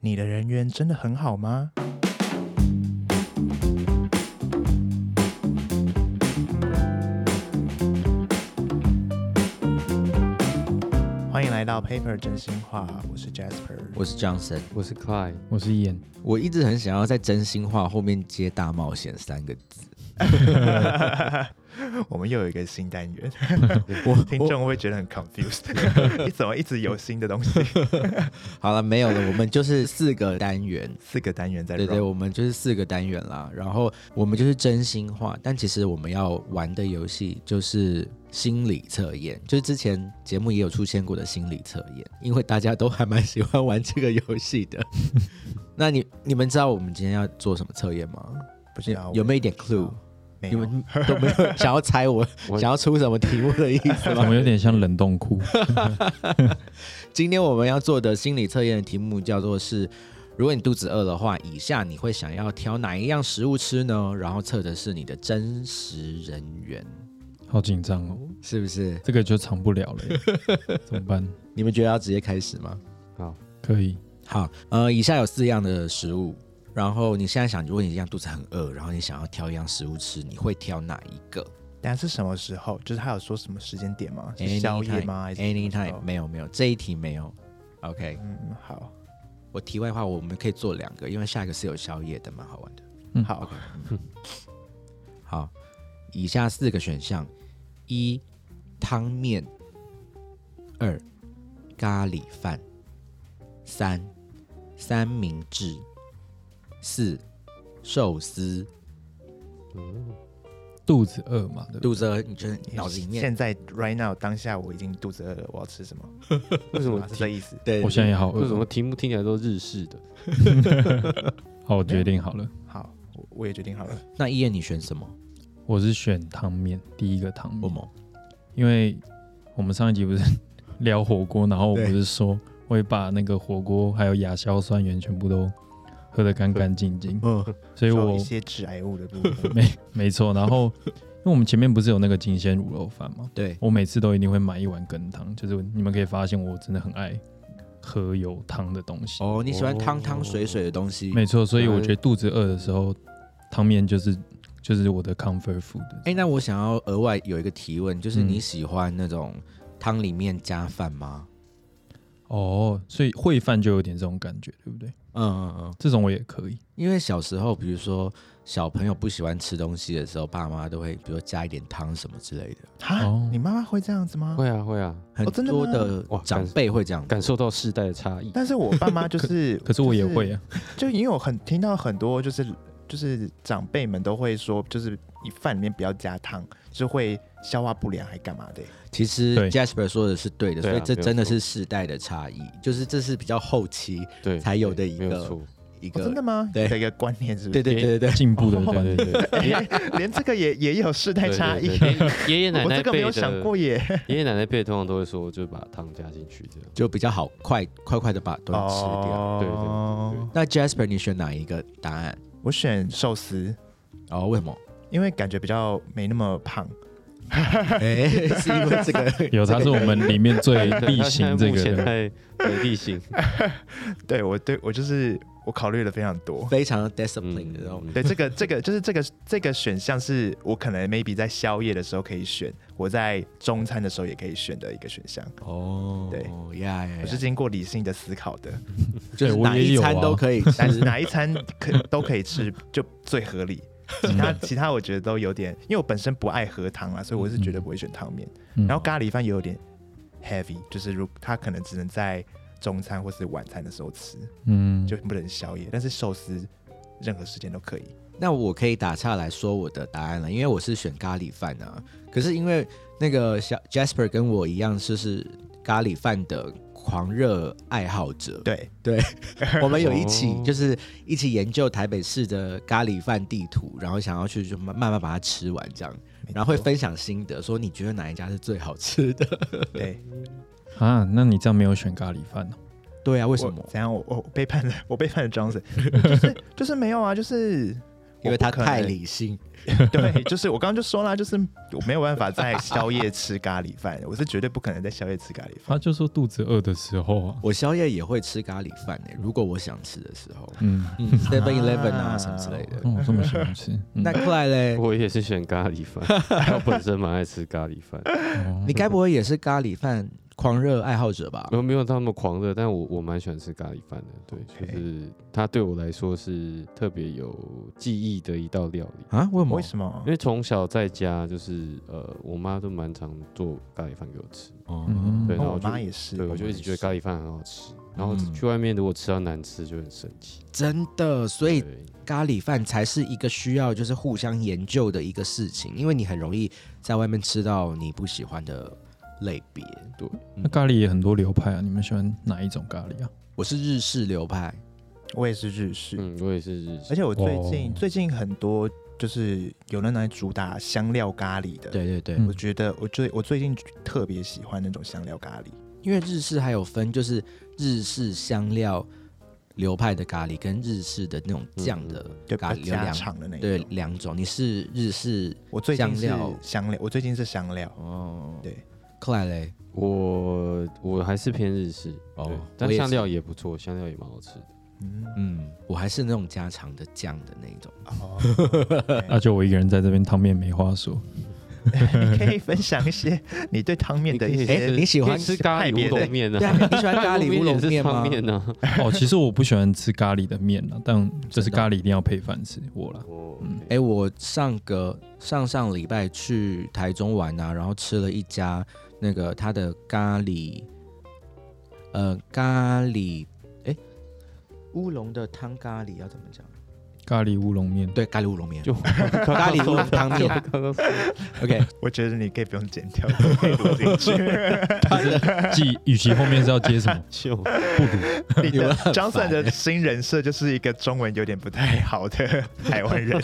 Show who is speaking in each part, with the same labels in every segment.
Speaker 1: 你的人缘真的很好吗？欢迎来到 Paper 真心话，我是 Jasper。
Speaker 2: 我是 Johnson，
Speaker 3: 我是 Clyde，
Speaker 4: 我是演，
Speaker 2: 我一直很想要在真心话后面接“大冒险”三个字。
Speaker 1: 我们又有一个新单元，
Speaker 2: 我
Speaker 1: 听
Speaker 2: 我
Speaker 1: 众会觉得很 confused，你 怎么一直有新的东西？
Speaker 2: 好了，没有了，我们就是四个单 元。
Speaker 1: 四个单元在 run
Speaker 2: 对对，我们就是四个单元啦。然后我们就是真心话，但其实我们要玩的游戏就是心理测验，就是之前节目也有出现过的心理测验，因为大家都还蛮喜欢玩这个游戏的。 那你你们知道我们今天要做什么测验吗？
Speaker 1: 不知道
Speaker 2: 有没有一点
Speaker 1: 啊我也不知道
Speaker 2: clue？
Speaker 1: 没
Speaker 2: 你
Speaker 1: 有
Speaker 2: 们都没有 想要 猜我
Speaker 3: 我
Speaker 2: 想要出什么题目的意思
Speaker 4: 怎
Speaker 2: 吗
Speaker 4: 么？有点像冷冻库？
Speaker 2: 今天我们要做的心理测验的题目叫做是：如果你肚子饿的话，以下你会想要挑哪一样食物吃呢？然后测的是你的真实人缘，
Speaker 4: 好紧张哦，
Speaker 2: 是不是？
Speaker 4: 这个就藏不了了耶，怎么办？
Speaker 2: 你们觉得要直接开始吗？
Speaker 3: 好，
Speaker 4: 可以，
Speaker 2: 好，呃，以下有四样的食物，然后你现在想，如果你这样肚子很饿，然后你想要挑一样食物吃，你会挑哪一个
Speaker 1: 等下是什么时候？就是他有说什么时间点吗？是宵夜吗？还是什么时候
Speaker 2: ？Anytime，Anytime，没有没有，这一题没有。OK，
Speaker 1: 嗯，好，
Speaker 2: 我题外话，我们可以做两个，因为下一个是有宵夜的，蛮好玩的。
Speaker 4: 嗯
Speaker 1: 好，
Speaker 2: 好，以下四个选项：一、汤面；二、咖喱饭；三、三明治；四、寿司。
Speaker 3: 嗯，
Speaker 4: 肚子饿嘛，对不对？
Speaker 2: 肚子饿，你觉得脑子里面
Speaker 1: 现在 right now 当下我已经肚子饿了，我要吃什么？啊
Speaker 3: 为什么
Speaker 1: 是这意思？
Speaker 2: 对
Speaker 4: 我现在也好
Speaker 3: 为什
Speaker 4: 饿
Speaker 3: 么
Speaker 4: 哦，
Speaker 3: 题目听起来都日式的？
Speaker 4: 好，我决定好了，
Speaker 1: 好，我我也决定好了。
Speaker 2: 那一言你选什么？
Speaker 4: 我是选汤面，第一个汤
Speaker 2: 我
Speaker 4: 面，
Speaker 2: 某
Speaker 4: 因为我们上一集不是 聊火锅，然后我
Speaker 2: 对
Speaker 4: 不是说我会把那个火锅还有亚硝酸盐全部都喝得干干净净，
Speaker 2: 嗯，
Speaker 4: 所以
Speaker 1: 少
Speaker 4: 我
Speaker 1: 一些致癌物的部分，
Speaker 4: 没没错，然后 因为我们前面不是有那个金鲜卤肉饭嘛，
Speaker 2: 对，
Speaker 4: 我每次都一定会买一碗羹汤，就是你们可以发现我真的很爱喝有汤的东西。
Speaker 2: 哦，你喜欢汤汤水水的东西。
Speaker 4: 没错，所以我觉得肚子饿的时候，汤面就是就是我的 comfort food。
Speaker 2: 哎，那我想要额外有一个提问，就是
Speaker 4: 嗯
Speaker 2: 你喜欢那种汤里面加饭吗？
Speaker 4: 哦，所以烩饭就有点这种感觉，对不对？
Speaker 2: 嗯嗯嗯。
Speaker 4: 这种我也可以。
Speaker 2: 因为小时候，比如说小朋友不喜欢吃东西的时候，爸妈都会比如说加一点汤什么之类的，
Speaker 1: 哈
Speaker 4: 哦，
Speaker 1: 你妈妈会这样子吗？
Speaker 3: 会啊会啊，
Speaker 2: 很
Speaker 1: 真的
Speaker 2: 多
Speaker 1: 吗
Speaker 2: 的
Speaker 3: 哇
Speaker 2: 长辈会这样。
Speaker 3: 感受到世代的差异。
Speaker 1: 但是我爸妈就是，
Speaker 4: 可是我也会啊。
Speaker 1: 就是，就因为我很听到很多就是就是长辈们都会说，就是你饭里面不要加汤，就是会消化不良还干嘛的。哦
Speaker 2: 其实
Speaker 4: 对
Speaker 2: Jasper 说的是对的，
Speaker 3: 对啊
Speaker 2: 所以这
Speaker 3: 没有
Speaker 2: 真的
Speaker 3: 错
Speaker 2: 是世代的差异，就是这是比较后期
Speaker 3: 对，
Speaker 2: 才有的一
Speaker 3: 没有
Speaker 2: 个
Speaker 3: 错，
Speaker 2: 一
Speaker 1: 哦、
Speaker 2: 个
Speaker 1: 真的。吗？
Speaker 2: 对
Speaker 1: 的一个观念是不
Speaker 2: 对
Speaker 1: 是？
Speaker 2: 对对对对，
Speaker 4: 进步的
Speaker 1: 哦
Speaker 4: 观
Speaker 3: 对
Speaker 4: 念。
Speaker 3: 对对，
Speaker 1: 对，连这个也也有世代差异
Speaker 3: 对。对对爷爷爷 奶
Speaker 1: 我
Speaker 3: 奶
Speaker 1: 这个没
Speaker 3: 辈
Speaker 1: 有想
Speaker 3: 的
Speaker 1: 过耶。
Speaker 3: 爷爷奶奶辈通常都会说，就把汤加进去这样。
Speaker 2: 就比较好，快快快的把东西吃掉。
Speaker 1: 哦
Speaker 3: 对对对对
Speaker 2: 那 Jasper，你选哪一个答案？
Speaker 1: 我选寿司，
Speaker 2: 哦，为什么？
Speaker 1: 因为感觉比较没那么胖。
Speaker 2: 哎，是因为这 个
Speaker 4: 有，他是我们里面最
Speaker 3: 对
Speaker 4: 例
Speaker 3: 他现在
Speaker 4: 行这
Speaker 3: 目
Speaker 4: 个
Speaker 3: 前
Speaker 4: 的。
Speaker 3: 在对例 行，
Speaker 1: 对我对我就是我考虑了非常多。
Speaker 2: 非常 discipline
Speaker 3: 嗯
Speaker 2: 的那种。
Speaker 1: 对，这个这个就是这个这个选项是我可能 maybe 在宵夜的时候可以选，我在中餐的时候也可以选的一个选项。
Speaker 3: 嗯
Speaker 2: 哦，呀呀，呀
Speaker 1: 我是经过理性的思考 的，
Speaker 2: 就是
Speaker 3: 哎
Speaker 4: 对我
Speaker 2: 哪
Speaker 4: 也
Speaker 2: 一
Speaker 4: 有
Speaker 2: 餐
Speaker 4: 啊
Speaker 2: 都可 以
Speaker 1: 但
Speaker 2: 吃
Speaker 1: 是。哪一餐可都可以吃就最合 理，其他其他我觉得都有点，因为我本身不爱喝汤啊，所以我是绝对不会选汤面。
Speaker 4: 嗯
Speaker 1: 然后咖喱饭也有点 heavy，就是如它可能只能在中餐或是晚餐的时候吃，
Speaker 4: 嗯，
Speaker 1: 就不能宵夜。但是寿司任何时间都可以。
Speaker 2: 那我可以打岔来说我的答案了，因为我是选咖喱饭啊。可是因为那个小 Jasper 跟我一样，就是咖喱饭的狂热爱好者。
Speaker 1: 对，
Speaker 2: 我们有一起
Speaker 3: 哦
Speaker 2: 就是一起研究台北市的咖喱饭地图，然后想要去就慢慢慢把它吃完这样，
Speaker 1: 没
Speaker 2: 然后会
Speaker 1: 错
Speaker 2: 分享心得，说你觉得哪一家是最好吃的？
Speaker 1: 对。
Speaker 4: 啊，那你这样没有选咖喱饭哦呢？
Speaker 2: 对啊，为
Speaker 1: 为
Speaker 2: 什 么？
Speaker 1: 怎样？我我我背叛了，我背叛了 Johnson，就是就是没有啊，就是
Speaker 2: 因为他
Speaker 1: 我不可
Speaker 2: 太
Speaker 1: 能
Speaker 2: 理性。
Speaker 1: 对，就是我刚刚就说啦，啊就是我没有办法在宵夜吃咖喱饭，我是绝对不可能在宵夜吃咖喱饭。
Speaker 4: 他就说肚子饿的时候啊，
Speaker 2: 我宵夜也会吃咖喱饭诶、如果我想吃的时候，
Speaker 4: 嗯，
Speaker 2: 嗯，Seven Eleven 啊什么之类的。
Speaker 4: 哦，这么喜欢吃，嗯
Speaker 2: 那 Cly 嘞，
Speaker 3: 我也是选咖喱饭，我本身蛮爱吃咖喱饭，
Speaker 4: 哦
Speaker 2: 你该不会也是咖喱饭狂热爱好者吧
Speaker 3: 没？有没有那么狂热，但我我蛮喜欢吃咖喱饭的，对，
Speaker 1: OK
Speaker 3: 就是它对我来说是特别有记忆的一道料理。
Speaker 2: 啊，为什么？
Speaker 1: 为什么
Speaker 3: 因？为从小在家就是呃，我妈都蛮常做咖喱饭给我吃，
Speaker 2: 哦
Speaker 3: 嗯对
Speaker 1: 哦
Speaker 3: 然后
Speaker 1: 我
Speaker 3: 就
Speaker 1: 妈也是，
Speaker 3: 对我就一直觉得咖
Speaker 1: 喱。
Speaker 3: 喱饭很好吃，然后
Speaker 2: 嗯
Speaker 3: 去外面如果吃到难吃就很生气。
Speaker 2: 真的，所以
Speaker 3: 对
Speaker 2: 咖喱饭才是一个需要就是互相研究的一个事情，因为你很容易在外面吃到你不喜欢的类别。
Speaker 3: 对
Speaker 4: 那咖喱也很多流派啊，你们喜欢哪一种咖喱啊？
Speaker 2: 我是日式流派，
Speaker 1: 我也是日式，
Speaker 3: 嗯，我也是日式
Speaker 2: 哎
Speaker 1: 而且我最近、
Speaker 4: 哦
Speaker 1: 最近很多就是有人来主打香料咖喱的。，
Speaker 2: 对对对，
Speaker 4: 嗯
Speaker 1: 我觉得我最我最近特别喜欢那种香料咖喱。
Speaker 2: 因为日式还有分就是日式香料流派的咖喱跟日式的那种酱的
Speaker 3: 嗯嗯
Speaker 1: 对，比
Speaker 2: 咖
Speaker 1: 较
Speaker 2: 喱有
Speaker 1: 家
Speaker 2: 两
Speaker 1: 常的那一
Speaker 2: 对
Speaker 1: 种。
Speaker 2: 两种，你是日式
Speaker 1: 我最近是
Speaker 2: 香料
Speaker 1: 香料，我最近是香料。
Speaker 2: 哦，
Speaker 1: 对，
Speaker 2: 克莱雷
Speaker 3: 我我还是偏日式
Speaker 2: 哦
Speaker 3: 对
Speaker 2: 我
Speaker 3: 但
Speaker 2: 也是
Speaker 3: 香料也不错，香料也蛮好吃的。
Speaker 1: 嗯，
Speaker 2: 嗯，我还是那种家常的酱的那一种。
Speaker 1: 哦，
Speaker 4: 那啊就我一个人在这边汤面没话说，
Speaker 1: 你可以分享一些你对汤面的一
Speaker 3: 你可
Speaker 1: 些
Speaker 3: 以吃
Speaker 2: 哎你喜欢
Speaker 3: 可以吃咖
Speaker 1: 派
Speaker 3: 喱
Speaker 1: 别
Speaker 3: 乌
Speaker 1: 的
Speaker 3: 龙面呢
Speaker 2: 对？啊，你喜 欢咖
Speaker 3: 咖
Speaker 2: 喱乌龙面吗？
Speaker 3: 面啊呢？
Speaker 4: 哦，其实我不喜欢吃咖喱的面啊，但就是
Speaker 2: 真的
Speaker 4: 咖喱一定要配饭吃。我啦，
Speaker 3: 哦，
Speaker 2: 哎、我上个上上礼拜去台中玩啊，然后吃了一家那个它的咖喱，呃，咖喱，哎、乌龙的汤咖喱要怎么讲？
Speaker 4: 咖喱乌龙面，
Speaker 2: 对，咖喱乌龙面。
Speaker 3: 就
Speaker 2: 咖
Speaker 3: 咖
Speaker 2: 喱乌龙汤 面
Speaker 3: 刚刚说
Speaker 2: OK，
Speaker 1: 我觉得你可以不用剪掉，可以录进 去。
Speaker 4: 既与其后面是要接什么，
Speaker 3: 就
Speaker 4: 不如
Speaker 1: 你
Speaker 2: 你们
Speaker 1: 的
Speaker 2: 很
Speaker 1: Johnson
Speaker 2: 烦欸
Speaker 1: 的新人设就是一个中文有点不太好 的台湾人。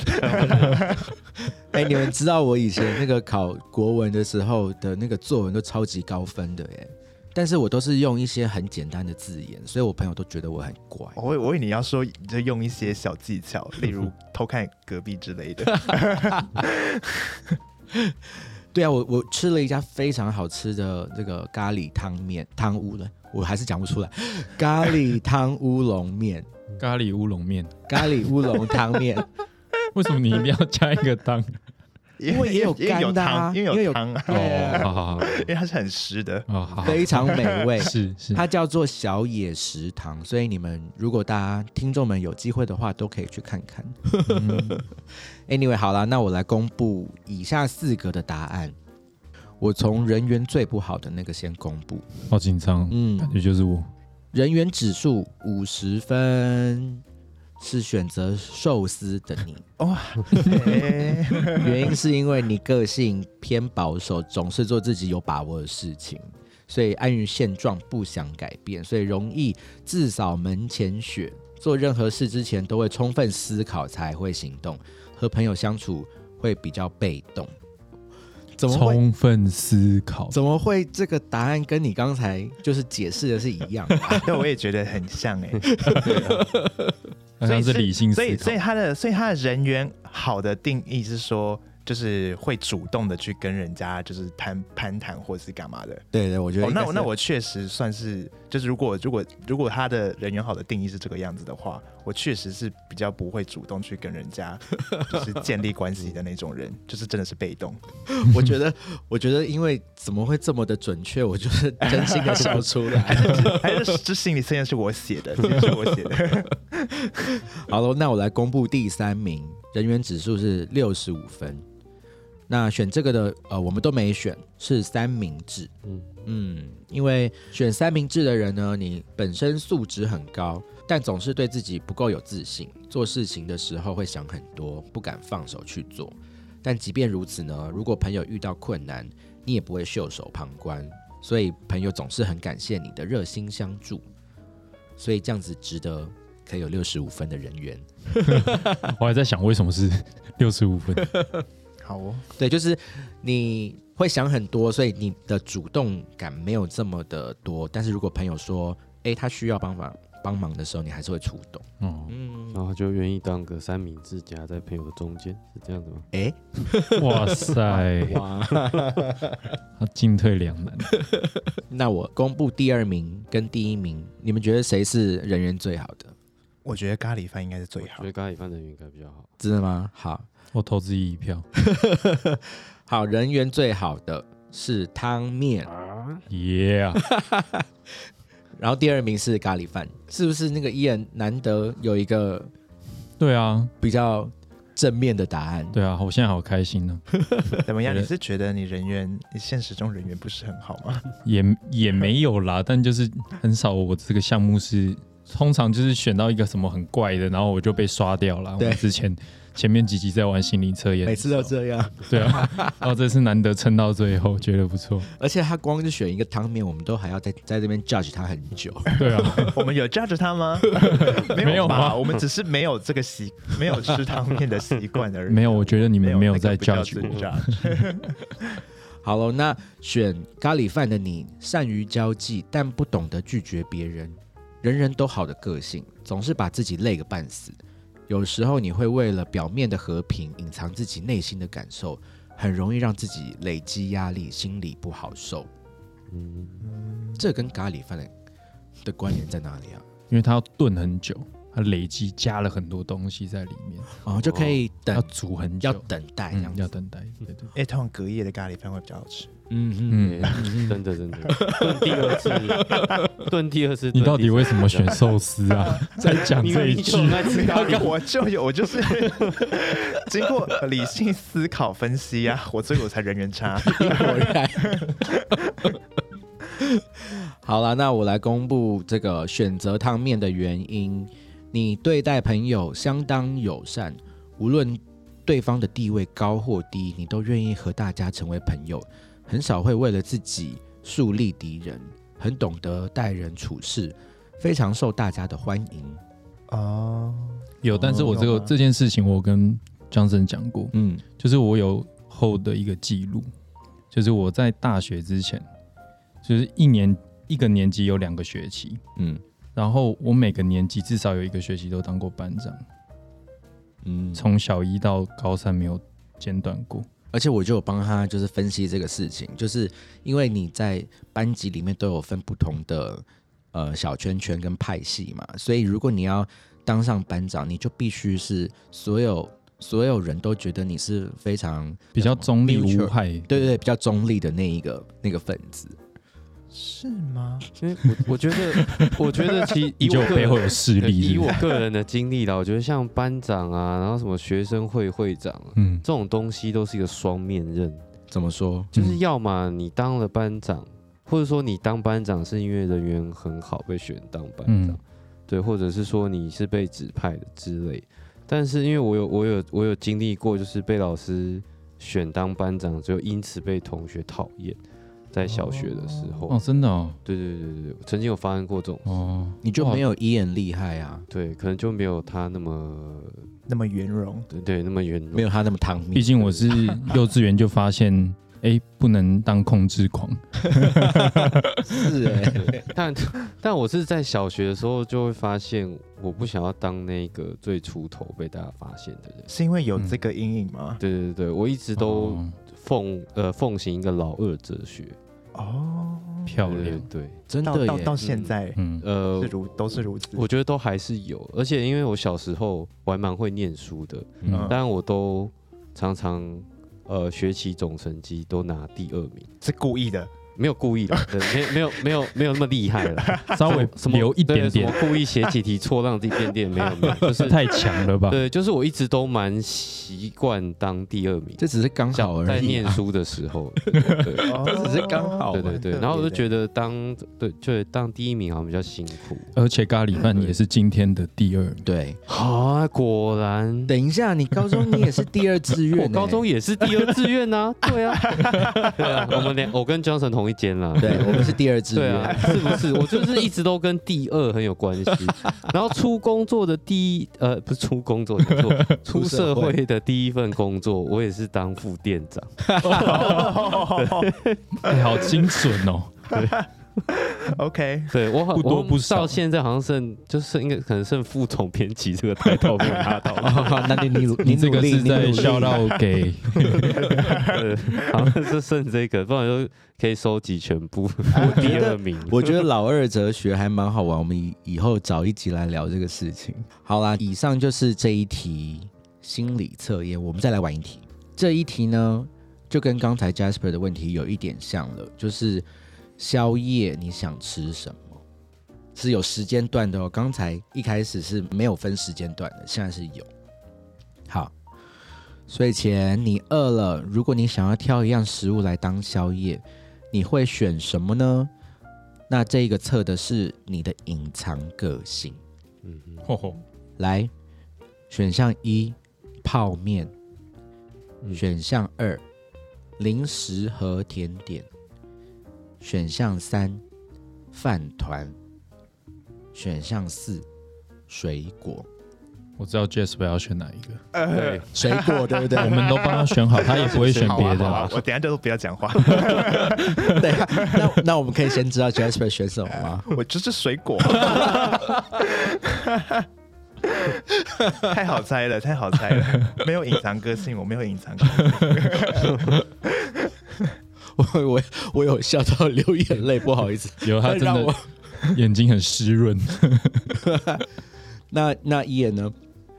Speaker 2: 哎、你们知道我以前那个考国文的时候的那个作文都超级高分的耶，但是我都是用一些很简单的字眼，所以我朋友都觉得我很乖。
Speaker 1: 我以我以为你要说就用一些小技巧，例如偷看隔壁之类的。
Speaker 2: 对啊，我我吃了一家非常好吃的这个咖喱汤面汤乌了，我还是讲不出来，咖喱汤乌龙面，
Speaker 4: 咖喱乌龙面。
Speaker 2: 咖喱乌龙汤面，
Speaker 4: 为什么你一定要加一个当？
Speaker 1: 因
Speaker 2: 因为也有
Speaker 1: 因为有
Speaker 2: 干的啊
Speaker 1: 汤，因
Speaker 2: 因为
Speaker 1: 为
Speaker 2: 有
Speaker 1: 有 汤啊，
Speaker 2: 对啊
Speaker 4: 哦，好好好，
Speaker 1: 因为它是很湿 的。
Speaker 4: 哦，好好，
Speaker 2: 非常美味。
Speaker 4: 是是，
Speaker 2: 它叫做小野食堂，所以你们如果大家听众们有机会的话，都可以去看看。
Speaker 4: 嗯
Speaker 2: Anyway，好啦，那我来公布以下四个的答案。我从人缘最不好的那个先公布，
Speaker 4: 好紧张哦，
Speaker 2: 嗯，
Speaker 4: 感觉就是我。
Speaker 2: 人员指数五十分，是选择寿司的你。
Speaker 1: 哎
Speaker 2: 原因是因为你个性偏保守，总是做自己有把握的事情，所以安于现状，不想改变，所以容易自扫门前雪。做任何事之前都会充分思考才会行动，和朋友相处会比较被动。怎么会？
Speaker 4: 充分思考，
Speaker 2: 怎么会这个答案跟你刚才就是解释的是一样的啊、
Speaker 1: 对，我也觉得很像哎。
Speaker 4: 好像哎是
Speaker 1: 所以
Speaker 4: 理性
Speaker 1: 所以
Speaker 4: 思
Speaker 1: 所
Speaker 4: 考
Speaker 1: 以。他的所以他的人缘好的定义是说，就是会主动的去跟人家就是谈攀谈或是干嘛的。
Speaker 2: 对对，我觉得
Speaker 1: 哦，
Speaker 2: 应
Speaker 1: 那
Speaker 2: 该是、
Speaker 1: 我那我确实算是，就是如果如果如果他的人缘好的定义是这个样子的话，我确实是比较不会主动去跟人家 就是建立关系的那种人，就是真的是被 动。
Speaker 2: 我觉得，我觉得，因为怎么会这么的准确？我就是真心 的笑出来。
Speaker 1: 还是这心理测验是我写的，这是我写 的。
Speaker 2: 好了，那我来公布第三名，人员指数是六十五分。那选这个的，呃，我们都没选，是三明治。嗯
Speaker 3: 嗯
Speaker 2: 因为选三明治的人呢，你本身素质很高，但总是对自己不够有自信，做事情的时候会想很多，不敢放手去做。但即便如此呢，如果朋友遇到困难，你也不会袖手旁观，所以朋友总是很感谢你的热心相助，所以这样子值得可以有六十五分的人缘。
Speaker 4: 我还在想为什么是六十五分，
Speaker 1: 好哦，
Speaker 2: 对，就是你会想很多，所以你的主动感没有这么的多。但是如果朋友说，哎，他需要帮忙帮忙的时候，你还是会触动。
Speaker 4: 哦，
Speaker 2: 嗯，
Speaker 3: 然后他就愿意当个三明治夹在朋友的中间，是这样子吗？
Speaker 2: 哎、
Speaker 4: 哇塞，
Speaker 2: 哇！
Speaker 4: 他进退两难。
Speaker 2: 那我公布第二名跟第一名，你们觉得谁是人缘最好的？
Speaker 1: 我觉得咖喱饭应该是
Speaker 4: 啊
Speaker 1: 最好
Speaker 3: 所以。咖喱饭人员应该比较好。
Speaker 2: 真的吗？好，
Speaker 4: 我投自己一票，
Speaker 2: 好，人缘最好的是汤面，
Speaker 4: 耶、yeah！
Speaker 2: 然后第二名是咖喱饭，是不是那个伊人难得有一个
Speaker 4: 对啊，
Speaker 2: 比较正面的答案？
Speaker 4: 对啊，我现在好开心呢、
Speaker 1: 怎么样？
Speaker 4: 觉
Speaker 1: 你
Speaker 4: 得
Speaker 1: 是觉得你人缘，你现实中人缘不是很好吗？
Speaker 4: 也也没有啦，但就是很少我这个项目是，通常就是选到一个什么很怪的，然后我就被刷掉了。我
Speaker 2: 对
Speaker 4: 们之前前面几集在玩心理测验，
Speaker 2: 每次都这样，
Speaker 4: 对啊，然后这次难得撑到最后，觉得不错。
Speaker 2: 而且他光是选一个汤面，我们都还要在在这边 judge 他很久。
Speaker 4: 对啊，
Speaker 1: 我们有 judge 他吗？
Speaker 4: 没有
Speaker 1: 吧？
Speaker 4: 吗
Speaker 1: 我们只是没有这个习， 没有吃汤面的习惯而已。啊
Speaker 4: 没有，我觉得你们没有在
Speaker 1: 那个
Speaker 4: judge
Speaker 1: 不叫
Speaker 4: 我。
Speaker 1: judge
Speaker 2: 好了，那选咖喱饭的你，善于交际，但不懂得拒绝别人，人人都好的个性，总是把自己累个半死。有时候你会为了表面的和平，隐藏自己内心的感受，很容易让自己累积压力，心里不好受。
Speaker 3: 嗯，
Speaker 2: 这跟咖喱饭的的关联在哪里啊？
Speaker 4: 因为它要炖很久，它累积加了很多东西在里面，
Speaker 2: 哦，就可以等，
Speaker 4: 要煮很
Speaker 2: 要
Speaker 4: 久，
Speaker 2: 等待这样
Speaker 4: 嗯、要
Speaker 2: 子。
Speaker 4: 等待。对对
Speaker 1: 哎、通常隔夜的咖喱饭会比较好吃。
Speaker 2: 嗯嗯
Speaker 4: 嗯
Speaker 3: 欸真的真的，炖第二次，炖第二次，
Speaker 4: 你到底为什么选
Speaker 3: 炖
Speaker 4: 寿司啊？在讲
Speaker 3: 第
Speaker 4: 这
Speaker 3: 三
Speaker 4: 一
Speaker 3: 次？
Speaker 4: 句
Speaker 3: 因为你，就很爱吃咖喱，
Speaker 1: 我就有，我就是 经过理性思考分析啊，我所以我才人缘差。
Speaker 2: 果然。好了，那我来公布这个选择汤面的原因。你对待朋友相当友善，无论对方的地位高或低，你都愿意和大家成为朋友，很少会为了自己树立敌人，很懂得待人处事，非常受大家的欢迎。
Speaker 1: 哦，
Speaker 4: 有，但是我这个、
Speaker 1: 哦
Speaker 4: 这件事情，我跟江森讲过，
Speaker 2: 嗯，
Speaker 4: 就是我有后的一个记录，就是我在大学之前，就是一年一个年级有两个学期，
Speaker 2: 嗯
Speaker 4: 然后我每个年级至少有一个学期都当过班长，
Speaker 2: 嗯，
Speaker 4: 从小一到高三没有间断过。
Speaker 2: 而且我就有帮他就是分析这个事情，就是因为你在班级里面都有分不同的呃小圈圈跟派系嘛，所以如果你要当上班长，你就必须是所有所有人都觉得你是非常呃
Speaker 4: 比较中立无害，
Speaker 2: 对对对比较中立的那一个那个分子。
Speaker 1: 是吗？
Speaker 3: 因为我我觉得，我觉 得其
Speaker 4: 你
Speaker 3: 以
Speaker 4: 就
Speaker 3: 我
Speaker 4: 有
Speaker 3: 个
Speaker 4: 背后
Speaker 3: 人
Speaker 4: 有势力
Speaker 3: 以
Speaker 4: 是不
Speaker 3: 我
Speaker 4: 是，
Speaker 3: 个人的经历啦，我觉得像班长啊，然后什么学生会会长啊，
Speaker 4: 嗯，
Speaker 3: 这种东西都是一个双面刃，
Speaker 2: 怎么说？
Speaker 3: 就是
Speaker 4: 嗯
Speaker 3: 要么你当了班长，或者说你当班长是因为人缘很好被选当班长，
Speaker 4: 嗯
Speaker 3: 对，或者是说你是被指派的之类。但是因为我有我有我有经历过，就是被老师选当班长，就因此被同学讨厌，在小学的时候，
Speaker 4: 哦，真的哦，
Speaker 3: 对对对对对，曾经有发生过这种事，
Speaker 4: 哦，
Speaker 2: 你就没有伊人厉害啊，
Speaker 3: 对，可能就没有他那么
Speaker 1: 那么圆融，
Speaker 3: 对对那么圆
Speaker 2: 没
Speaker 3: 融，
Speaker 2: 有他那么汤
Speaker 4: 毕
Speaker 2: 面。
Speaker 4: 竟我是幼稚园就发现，哎、不能当控制狂，
Speaker 2: 是哎、
Speaker 3: 但 但我是在小学的时候就会发现，我不想要当那个最出头被大家发现的人。
Speaker 1: 是因为有这个阴影吗？
Speaker 3: 对对对，我一直都
Speaker 4: 哦
Speaker 3: 奉、呃奉行一个老二哲学，
Speaker 1: 哦，
Speaker 4: 漂
Speaker 3: 对
Speaker 4: 亮，
Speaker 3: 对对，
Speaker 2: 真
Speaker 1: 到
Speaker 2: 的
Speaker 1: 到
Speaker 2: 耶
Speaker 1: 到。现在
Speaker 4: 嗯，
Speaker 3: 呃
Speaker 1: 是，如都是如此。
Speaker 3: 我觉得都还是有，而且因为我小时候我还蛮会念书的，
Speaker 4: 嗯
Speaker 3: 但我都常常呃学期总成绩都拿第二名，
Speaker 1: 是故意的，
Speaker 3: 没有故意的，对没没有没有没有那么厉害了。
Speaker 4: 稍微
Speaker 3: 什么
Speaker 4: 留一
Speaker 3: 对
Speaker 4: 点
Speaker 3: 什么
Speaker 4: 点，
Speaker 3: 故意写几题错让自己变点，没有没有，就是
Speaker 4: 太强了吧？
Speaker 3: 对，就是我一直都蛮习惯当第二名，
Speaker 2: 这只是刚好
Speaker 3: 小在
Speaker 2: 而已、
Speaker 3: 念
Speaker 2: 啊，
Speaker 3: 书的时候，对对
Speaker 1: 哦
Speaker 2: 这只是刚好
Speaker 3: 对对对，然后我就 觉
Speaker 1: 得
Speaker 3: 得 当对就是当第一名好像比较辛苦。
Speaker 4: 而且咖喱饭也是今天的第二名，
Speaker 2: 对，
Speaker 3: 好啊，果然。
Speaker 2: 等一下，你高中你也是第二志 愿、欸，
Speaker 3: 我高中也是第二志愿 呐、对啊，对啊，我们俩我跟 Johnson 同一间啦，
Speaker 2: 对，我们是第二志
Speaker 3: 对
Speaker 2: 愿。
Speaker 3: 啊，是不是？我就是一直都跟第二很有关 系。然后出工作的第一，呃，不是出工作，讲 错出社会的第一份工作，我也是当副店长。
Speaker 4: 哎好精准哦！
Speaker 1: OK，
Speaker 3: 对我好
Speaker 4: 不多
Speaker 3: 我
Speaker 4: 不少
Speaker 3: 到现在好像剩就是应该可能剩副总编辑这个 title 没有拿到，
Speaker 2: 哦 那你你努你
Speaker 4: 这
Speaker 2: 努
Speaker 4: 个
Speaker 2: 力，
Speaker 4: 是
Speaker 2: 你努
Speaker 4: 在
Speaker 2: 力
Speaker 4: 笑到给
Speaker 3: 呃，好像是剩这个，不然就可以收集全部。我第二名，
Speaker 2: 哎我觉得老二哲学还蛮好玩，我们以以后找一集来聊这个事情。好啦，以上就是这一题心理测验，我们再来玩一题。这一题呢，就跟刚才 Jasper 的问题有一点像了，就是宵夜你想吃什么？是有时间段的哦。刚才一开始是没有分时间段的，现在是有。好，睡前你饿了，如果你想要挑一样食物来当宵夜，你会选什么呢？那这个测的是你的隐藏个性。
Speaker 3: 嗯哼
Speaker 4: 吼吼，
Speaker 2: 来，选项一泡面，
Speaker 3: 嗯
Speaker 2: 选项二零食和甜点，选项三饭团，选项四水果。
Speaker 4: 我知道 Jasper 要选哪一个，
Speaker 3: 对，
Speaker 1: 呃
Speaker 2: 水果对不 对？
Speaker 4: 我们都帮他选好，他也不会选
Speaker 1: 好
Speaker 4: 别
Speaker 1: 啊
Speaker 4: 的
Speaker 1: 好啊
Speaker 4: 啦。
Speaker 1: 我等一下就不要讲话，
Speaker 2: 对啊。 那那我们可以先知道 Jasper 选什么吗？
Speaker 1: 我就是水果。太好猜了，太好猜了，没有隐藏个性，我没有隐藏个性。
Speaker 2: 我我我有笑到流眼泪，不好意思，
Speaker 4: 有他真
Speaker 2: 让我
Speaker 4: 的 眼睛很湿润。
Speaker 2: 那那一眼呢？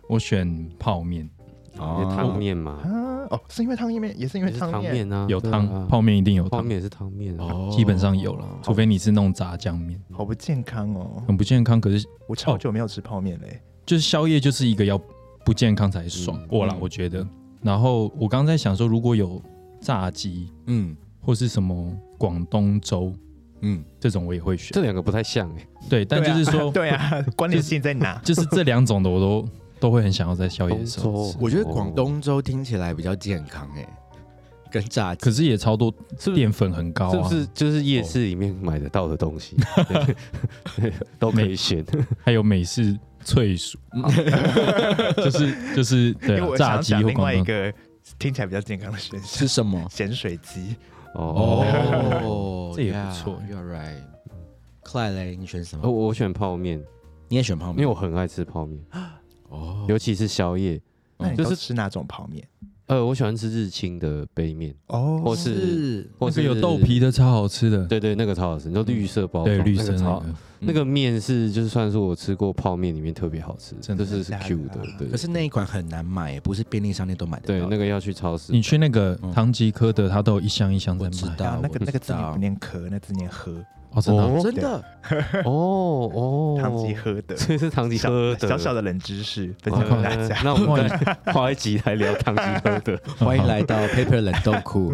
Speaker 4: 我选泡面，
Speaker 3: 因为汤面嘛，
Speaker 1: 啊哦，是因为汤面，也是因为
Speaker 3: 也是
Speaker 1: 汤
Speaker 3: 汤
Speaker 1: 面。
Speaker 3: 面啊，
Speaker 4: 有
Speaker 3: 对啊
Speaker 4: 汤，泡面一定有
Speaker 3: 泡
Speaker 4: 汤，
Speaker 3: 面也是汤面啊。
Speaker 2: 哦
Speaker 4: 基本上有了，除非你是那种炸酱面，
Speaker 1: 好不健康哦！
Speaker 4: 很不健康。可是
Speaker 1: 我超久没有吃泡面嘞、
Speaker 4: 就是宵夜就是一个要不健康才爽，
Speaker 3: 嗯
Speaker 4: 我啦，我觉得。然后我刚刚在想说，如果有炸鸡
Speaker 2: 嗯
Speaker 4: 或是什么广东粥
Speaker 2: 嗯，
Speaker 4: 这种，我也会选
Speaker 3: 这。两个不太像哎，
Speaker 4: 对，但就是 说，
Speaker 1: 对啊，关联性在哪？
Speaker 4: 就是这两种的我都都会很想要在宵夜的时候
Speaker 3: 广
Speaker 4: 吃
Speaker 3: 州，
Speaker 2: 我觉得广东粥听起来比较健康哎、跟炸鸡
Speaker 4: 可是也超多
Speaker 3: 是不是
Speaker 4: 淀粉很高
Speaker 3: 是不
Speaker 4: 啊，
Speaker 3: 是就是夜市里面买得到的东西，对都可以选。
Speaker 4: 还有美式脆薯，就是就是
Speaker 1: 因
Speaker 4: 对
Speaker 1: 为
Speaker 4: 啊
Speaker 1: 我想
Speaker 4: 炸鸡
Speaker 1: 讲
Speaker 4: 或
Speaker 1: 另外
Speaker 4: 广
Speaker 1: 一
Speaker 4: 东
Speaker 1: 个听起来比较健康的选项
Speaker 2: 是，什么？
Speaker 1: 咸水鸡。
Speaker 3: 哦，
Speaker 2: 哦
Speaker 4: 这也不错
Speaker 2: y o u r e right。快嘞，你选什
Speaker 3: 我
Speaker 2: 么？
Speaker 3: 我选泡面，
Speaker 2: 你也选泡
Speaker 3: 因为
Speaker 2: 面？
Speaker 3: 我很爱吃泡面，
Speaker 2: 哦，
Speaker 3: 尤其是宵夜。
Speaker 1: 哦那你
Speaker 3: 哦就
Speaker 1: 都
Speaker 3: 是
Speaker 1: 吃哪种泡面？
Speaker 3: 呃，我喜欢吃日清的杯面，
Speaker 1: 哦
Speaker 3: 我是或
Speaker 4: 那
Speaker 3: 是
Speaker 4: 个有豆皮，的超好吃的，
Speaker 3: 对对，那个超好吃，你说绿色包
Speaker 4: 对
Speaker 3: 装，
Speaker 4: 绿
Speaker 3: 哦那个
Speaker 4: 色那
Speaker 3: 超
Speaker 4: 个，嗯
Speaker 3: 那个面是就是算是我吃过泡面里面特别好吃，
Speaker 4: 真
Speaker 3: 就
Speaker 4: 的
Speaker 3: 是是
Speaker 1: 假的
Speaker 3: Q 的，对
Speaker 2: 可。是哦那一款很难买，不是便利商店都买得
Speaker 3: 对，
Speaker 2: 到。
Speaker 3: 那个要去超市。
Speaker 4: 你去那个
Speaker 2: 嗯
Speaker 4: 唐吉诃德，它都有一箱一箱在
Speaker 2: 我知
Speaker 4: 卖
Speaker 2: 道
Speaker 1: 啊，那个
Speaker 2: 我
Speaker 1: 那个
Speaker 2: 知
Speaker 1: 字念
Speaker 2: 道
Speaker 1: 不念壳，那字念喝，
Speaker 4: 哦，真的啊
Speaker 3: 哦
Speaker 2: 真的
Speaker 3: 哦 哦，
Speaker 1: 汤鸡喝的。
Speaker 3: 所以是唐吉
Speaker 1: 小
Speaker 3: 诃德
Speaker 1: 小小的冷知识
Speaker 4: 哦
Speaker 1: 分享
Speaker 3: 哇
Speaker 1: 给大家。
Speaker 3: 那我们再花一集来聊唐吉 诃德。
Speaker 2: 欢迎来到 Paper 冷冻库。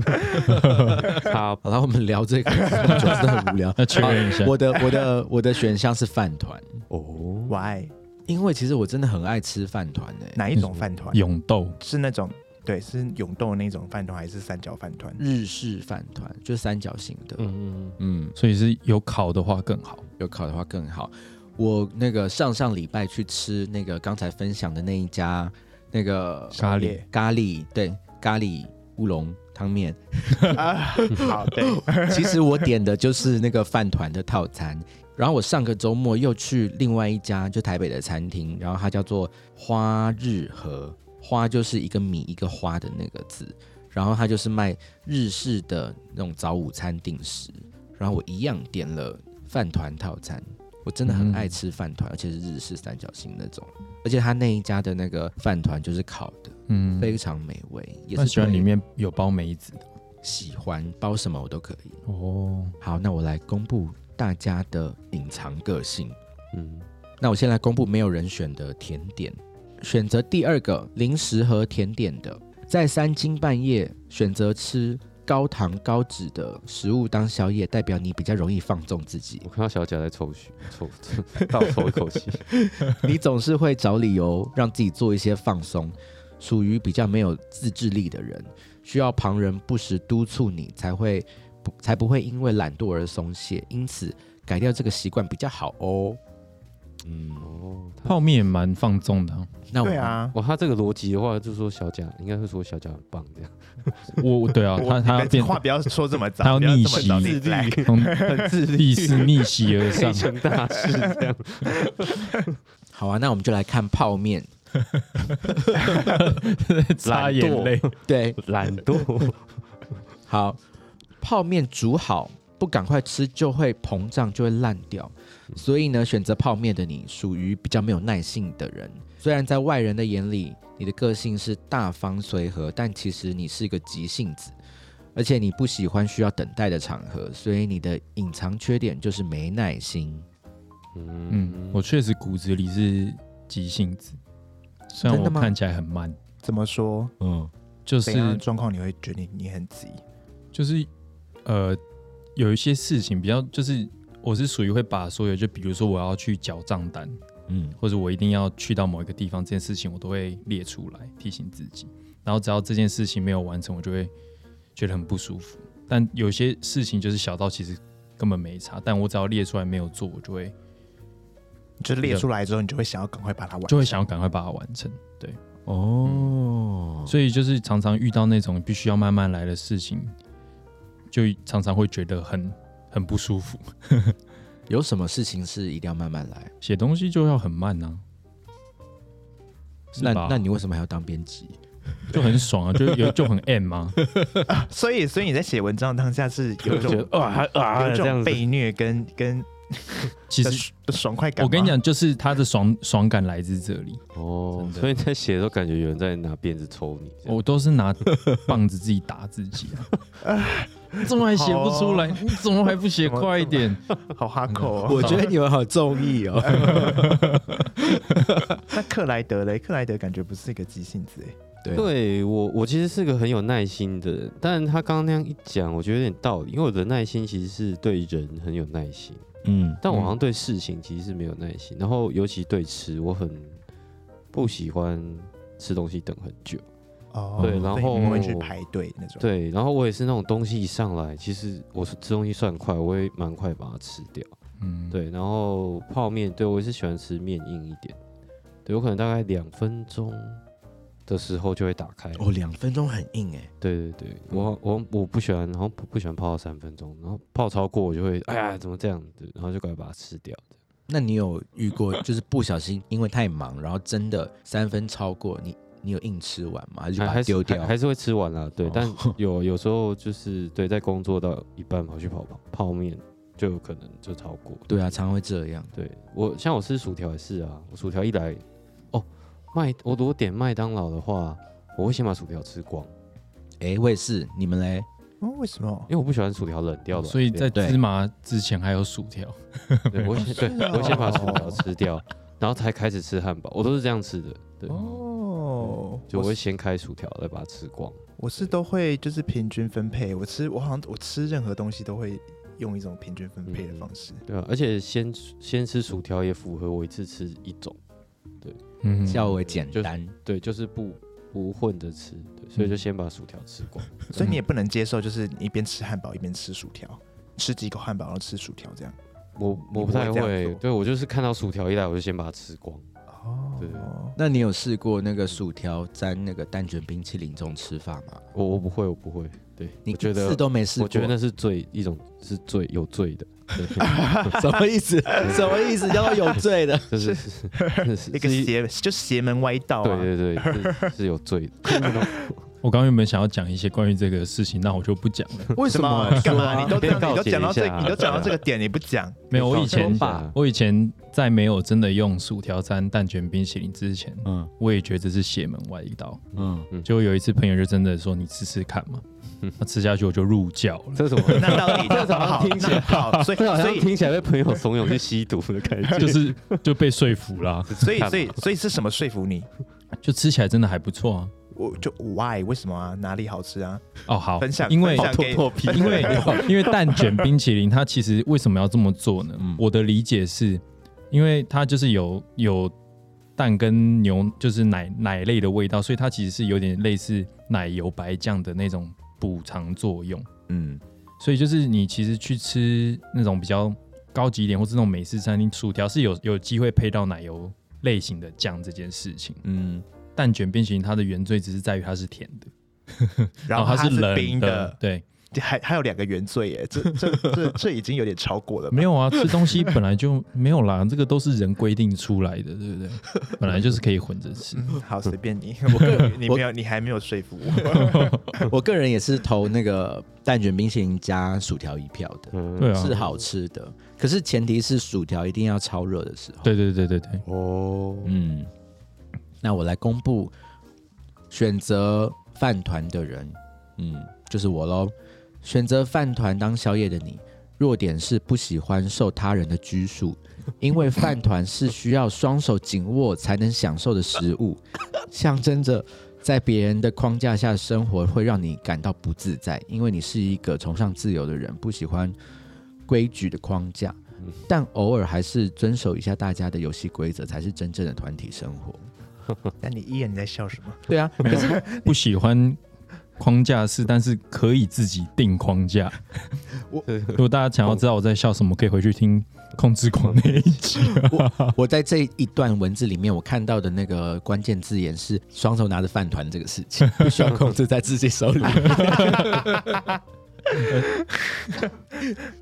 Speaker 3: 他
Speaker 2: 好了，我们聊这个真的很无聊。
Speaker 4: 那确认一下
Speaker 2: 啊我的我的我的选项是饭团，
Speaker 4: 嗯
Speaker 3: 哦，
Speaker 1: Why？
Speaker 2: 因为其实我真的很爱吃饭团欸诶，
Speaker 1: 哪一种饭团？
Speaker 4: 永豆，
Speaker 1: 是那种对，是永豆那种饭团，还是三角饭团？
Speaker 2: 日式饭团就三角形的，
Speaker 3: 嗯，
Speaker 2: 嗯，
Speaker 4: 所以是有烤的话更好。
Speaker 2: 有烤的话更好。我那个上上礼拜去吃那个刚才分享的那一家那个
Speaker 4: 咖喱
Speaker 2: 咖喱，对咖喱乌龙汤面。
Speaker 3: 嗯
Speaker 1: 啊，好，对，
Speaker 2: 其实我点的就是那个饭团的套餐。然后我上个周末又去另外一家就台北的餐厅，然后它叫做花日和，花就是一个米一个花的那个字，然后它就是卖日式的那种早午餐定食。然后我一样点了饭团套餐，我真的很爱吃饭团，而且是日式三角形那种，而且它那一家的那个饭团就是烤的，
Speaker 4: 嗯，
Speaker 2: 非常美味，也
Speaker 4: 那
Speaker 2: 是
Speaker 4: 喜欢
Speaker 2: 对
Speaker 4: 里面有包梅子的
Speaker 2: 喜欢包什么我都可以。
Speaker 4: 哦。
Speaker 2: 好，那我来公布大家的隐藏个性。
Speaker 3: 嗯，
Speaker 2: 那我先来公布没有人选的甜点，选择第二个零食和甜点的，在三更半夜选择吃高糖高脂的食物当宵夜，代表你比较容易放纵自己
Speaker 3: 我。看到小贾在抽血，抽 抽倒抽一口气。
Speaker 2: 你总是会找理由让自己做一些放松，属于比较没有自制力的人，需要旁人不时督促你才会不才不会因为懒惰而松懈，因此改掉这个习惯比较好哦。嗯，
Speaker 3: 哦，他
Speaker 4: 泡面也蛮放纵的啊，
Speaker 2: 那我
Speaker 1: 对，啊，
Speaker 3: 哇，他这个逻辑的话，就说小贾应该会说小贾很棒这样，
Speaker 4: 我对啊，
Speaker 1: 我
Speaker 4: 他他要
Speaker 1: 你
Speaker 4: 变
Speaker 1: 话不要说这么早，
Speaker 4: 他要
Speaker 1: 不要
Speaker 4: 逆
Speaker 1: 这么早
Speaker 4: 袭
Speaker 1: 你来
Speaker 4: 从
Speaker 3: 很自
Speaker 4: 历
Speaker 3: 立，
Speaker 4: 史逆袭而
Speaker 3: 可以
Speaker 4: 上，
Speaker 3: 成大事这样。
Speaker 2: 好啊，那我们就来看泡面。
Speaker 4: 擦眼泪。
Speaker 2: 对，
Speaker 3: 懒 惰，
Speaker 2: 好，泡面煮好不赶快吃就会膨胀，就会烂掉。所以呢，选择泡面的你属于比较没有耐性的人。虽然在外人的眼里，你的个性是大方随和，但其实你是一个急性子，而且你不喜欢需要等待的场合，所以你的隐藏缺点就是没耐心。
Speaker 4: 嗯，我确实骨子里是急性子，虽然
Speaker 2: 真
Speaker 4: 我
Speaker 2: 的吗
Speaker 4: 看起来很慢，
Speaker 1: 怎么说？
Speaker 2: 嗯，
Speaker 4: 就
Speaker 1: 怎样的
Speaker 4: 是
Speaker 1: 状况你会觉得你你很急？
Speaker 4: 就是呃，有一些事情比较就是我是属于会把所有就比如说我要去缴账单，
Speaker 2: 嗯，
Speaker 4: 或者我一定要去到某一个地方这件事情，我都会列出来提醒自己。然后只要这件事情没有完成，我就会觉得很不舒服。但有些事情就是小到其实根本没差，但我只要列出来没有做，我就会
Speaker 1: 就列出来之后，你就会想要赶快把它完成，
Speaker 4: 就会想要赶快把它完成。
Speaker 2: 哦，
Speaker 4: 所以就是常常遇到那种必须要慢慢来的事情，就常常会觉得很很不舒服。
Speaker 2: 有什么事情是一定要慢慢来？
Speaker 4: 写东西就要很慢呐、是
Speaker 2: 那
Speaker 4: 吧
Speaker 2: 那你为什么还要当编辑？
Speaker 4: 就很爽啊，就有就很 M 啊 嘛、
Speaker 1: 所以，所以你在写文章当下是有一
Speaker 3: 就觉
Speaker 1: 种
Speaker 3: 得啊 啊
Speaker 1: 有一
Speaker 3: 这样
Speaker 1: 种
Speaker 3: 子，
Speaker 1: 被虐跟跟
Speaker 4: 其
Speaker 1: 的
Speaker 4: 实
Speaker 1: 爽的爽快感。
Speaker 4: 我跟你，讲，就是他的爽爽感来自这里。
Speaker 3: 哦
Speaker 4: 真，的
Speaker 3: 所以你在写的时候感觉有人在拿鞭子抽你这样，
Speaker 4: 我都是拿棒子自己打自己啊，怎么还写不出来？你怎么还不写快一点？
Speaker 1: 好哈口、
Speaker 4: 嗯
Speaker 1: 哦。
Speaker 2: 我觉得你们好中意哦。
Speaker 1: 那克莱德嘞，克莱德感觉不是一个急性子哎，
Speaker 2: 对
Speaker 3: 对我，我其实是个很有耐心的人，但他刚刚那样一讲，我觉得有点道理，因为我的耐心其实是对人很有耐心，
Speaker 2: 嗯，
Speaker 3: 但我好像对事情其实是没有耐心，然后尤其对吃，我很不喜欢吃东西等很久。
Speaker 1: 哦
Speaker 3: 对然后
Speaker 1: 我会去排队那种。
Speaker 3: 对，然后我也是那种东西一上来，其实我是吃东西算快，我会蛮快把它吃掉。
Speaker 4: 嗯，，
Speaker 3: 对，然后泡面，对我也是喜欢吃面硬一点，对我可能大概两分钟的时候就会打开。
Speaker 2: 哦，两分钟很硬哎、
Speaker 3: 对对对，我我我不喜欢，然后不不喜欢泡到三分钟，然后泡超过我就会哎呀怎么这样子，然后就赶快把它吃掉。
Speaker 2: 那你有遇过就是不小心因为太忙，然后真的三分超过你，你有硬吃完吗？还是就
Speaker 3: 还
Speaker 2: 把它
Speaker 3: 还是
Speaker 2: 丢掉
Speaker 3: 还，？还是会吃完啦。对，
Speaker 2: 哦
Speaker 3: 但有有时候就是对，在工作到一半跑去跑泡泡面，就有可能就超过。
Speaker 2: 对啊，常会这样。
Speaker 3: 对我像我吃薯条也是啊，我薯条一来，哦，麦我如果点麦当劳的话，我会先把薯条吃光，
Speaker 2: 哎、我也是，你们嘞？
Speaker 1: 哦，为什么
Speaker 3: 因？为我不喜欢薯条冷掉的。
Speaker 2: 哦
Speaker 4: 所以在
Speaker 3: 对
Speaker 4: 芝麻之前还有薯条，
Speaker 3: 对我先 对
Speaker 1: 哦
Speaker 3: 我先把薯条吃掉，然后才开始吃汉堡，我都是这样吃的。对，
Speaker 1: 哦，
Speaker 3: 就我
Speaker 1: 我
Speaker 3: 会
Speaker 1: 是
Speaker 3: 先开薯条，再把它吃光。
Speaker 1: 我是都会就是平均分配，我吃我好像我吃任何东西都会用一种平均分配的方式。
Speaker 3: 对啊，而且先先吃薯条也符合我一次吃一种。
Speaker 4: 嗯，
Speaker 2: 较为简
Speaker 3: 就是
Speaker 2: 单，
Speaker 3: 对，就是不不混着吃，对，所以就先把薯条吃光。
Speaker 1: 所以你也不能接受，就是你一边吃汉堡一边吃薯条，吃几口汉堡然后吃薯条这样。
Speaker 3: 我
Speaker 1: 你不
Speaker 3: 我不
Speaker 1: 会
Speaker 3: 太
Speaker 1: 这样
Speaker 3: 会
Speaker 1: 做，
Speaker 3: 对我就是看到薯条一来，我就先把它吃光。
Speaker 1: 哦
Speaker 3: 对
Speaker 2: 那你有试过那个薯条沾那个蛋卷冰淇淋这种吃法吗？
Speaker 3: 我我不会，我不会，对，
Speaker 2: 你
Speaker 3: 我觉
Speaker 2: 一次
Speaker 3: 得
Speaker 2: 都没试过，
Speaker 3: 我觉得那是最一种是最有罪的，对
Speaker 2: 什么意 思？
Speaker 3: 嗯
Speaker 2: 什么意思？叫做有罪的？
Speaker 3: 就是是是 是
Speaker 1: 一个
Speaker 3: 是
Speaker 1: 邪就邪门歪道
Speaker 3: 对
Speaker 1: 啊！
Speaker 3: 对对，是是有罪 的。
Speaker 4: 我刚刚原本想要讲一些关于这个事情，那我就不讲了。
Speaker 2: 为
Speaker 1: 什么？你干嘛？你都这样，
Speaker 3: 说啊
Speaker 1: 你都讲到这，
Speaker 3: 被告解一下
Speaker 1: 你都讲到这个点，你不 讲，
Speaker 4: 没有，我以前
Speaker 3: 说吧
Speaker 4: 我以前在没有真的用薯条沾蛋卷冰淇淋之前，
Speaker 2: 嗯
Speaker 4: 我也觉得这是邪门歪道。
Speaker 2: 嗯，
Speaker 4: 就有一次朋友就真的说你吃吃看嘛，那吃下去我就入教了。
Speaker 3: 这是什么？
Speaker 1: 那到底那好？
Speaker 3: 听起来
Speaker 1: 那好，所以
Speaker 3: 这好
Speaker 1: 所
Speaker 3: 像
Speaker 1: 以
Speaker 3: 听起来被朋友怂恿去吸毒的感 觉。
Speaker 4: 就是就被说服啦，
Speaker 1: 所以所以所以是什么说服你？
Speaker 4: 就吃起来真的还不错啊。
Speaker 1: 我就 why 为什么啊？哪里好吃啊？
Speaker 4: 哦，好，
Speaker 1: 分享
Speaker 4: 因为
Speaker 1: 分享给
Speaker 3: 破皮
Speaker 4: 因为因为蛋卷冰淇淋它其实为什么要这么做呢？
Speaker 2: 嗯
Speaker 4: 我的理解是，因为它就是有有蛋跟牛，就是奶奶类的味道，所以它其实是有点类似奶油白酱的那种补偿作用。
Speaker 2: 嗯，
Speaker 4: 所以就是你其实去吃那种比较高级一点，或是那种美式餐厅，薯条是有有机会配到奶油类型的酱这件事情。
Speaker 1: 嗯，
Speaker 4: 蛋卷冰淇淋它的原罪只是在于它是甜 的，
Speaker 1: 然后
Speaker 4: 哦
Speaker 1: 它
Speaker 4: 它冷
Speaker 1: 冰
Speaker 4: 的，，对，
Speaker 1: 还还有两个原罪耶，这这 这这已经有点超过了吧。
Speaker 4: 没有啊，吃东西本来就没有啦，这个都是人规定出来的，对不对？本来就是可以混着吃。
Speaker 1: 嗯好，随便 你，我个人你没有，你还没有说服我。
Speaker 2: 我个人也是投那个蛋卷冰淇淋加薯条一票的，
Speaker 3: 嗯，
Speaker 4: 对啊，
Speaker 2: 是好吃的。可是前提是薯条一定要超热的时候。
Speaker 4: 对对对对对，
Speaker 3: 哦，
Speaker 2: 嗯，那我来公布选择饭团的人，嗯，就是我喽。选择饭团当宵夜的你，弱点是不喜欢受他人的拘 束，因为饭团是需要双手紧握才能享受的食物，象征着。在别人的框架下生活会让你感到不自在，因为你是一个崇尚自由的人，不喜欢规矩的框架。但偶尔还是遵守一下大家的游戏规则，才是真正的团体生活。
Speaker 1: 那你依然你在笑什么？
Speaker 2: 对 啊，
Speaker 4: 没有不喜欢框架是，但是可以自己定框架。如果大家想要知道我在笑什么，可以回去听《控制狂》那一集。
Speaker 2: 我在这一段文字里面，我看到的那个关键字眼是双手拿着饭团这个事 情，必须要控制在自己手里。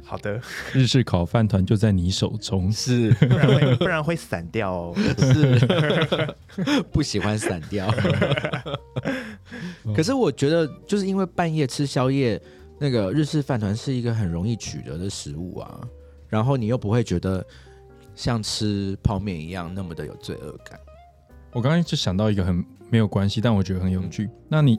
Speaker 1: 好的，
Speaker 4: 日式烤饭团就在你手 中，
Speaker 2: 是
Speaker 1: 不然会不然会散掉哦。
Speaker 2: 是，不喜欢散 掉。哦可是我觉得，就是因为半夜吃宵夜，那个日式饭团是一个很容易取得的食物啊，然后你又不会觉得像吃泡面一样那么的有罪恶感。
Speaker 4: 我刚刚就想到一个很没有关系，但我觉得很有趣。那你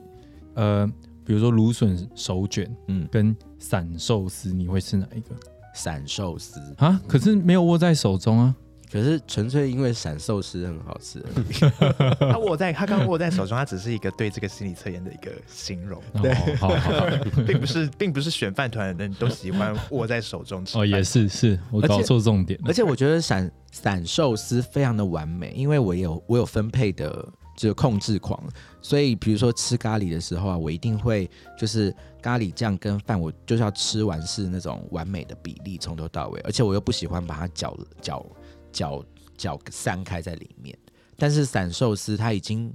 Speaker 4: 呃，比如说芦笋手卷
Speaker 2: 嗯，
Speaker 4: 跟散寿司，你会吃哪一个
Speaker 2: 散寿司，
Speaker 4: 啊？可是没有握在手中啊。
Speaker 2: 可是纯粹因为散寿司很好吃。
Speaker 1: 他握在他刚握在手中，他只是一个对这个心理测验的一个形 容，
Speaker 4: 哦好好好，
Speaker 1: 并不是并不是选饭团的人都喜欢握在手中吃饭。
Speaker 4: 哦，也是是，我
Speaker 2: 而且
Speaker 4: 搞错重点了
Speaker 2: 而。且我觉得散散寿司非常的完美，因为我有我有分配的，就是控制狂，所以比如说吃咖喱的时候啊，我一定会就是咖喱酱跟饭，我就是要吃完是那种完美的比例，从头到尾，而且我又不喜欢把它搅搅搅搅散开在里面。但是散寿司它已经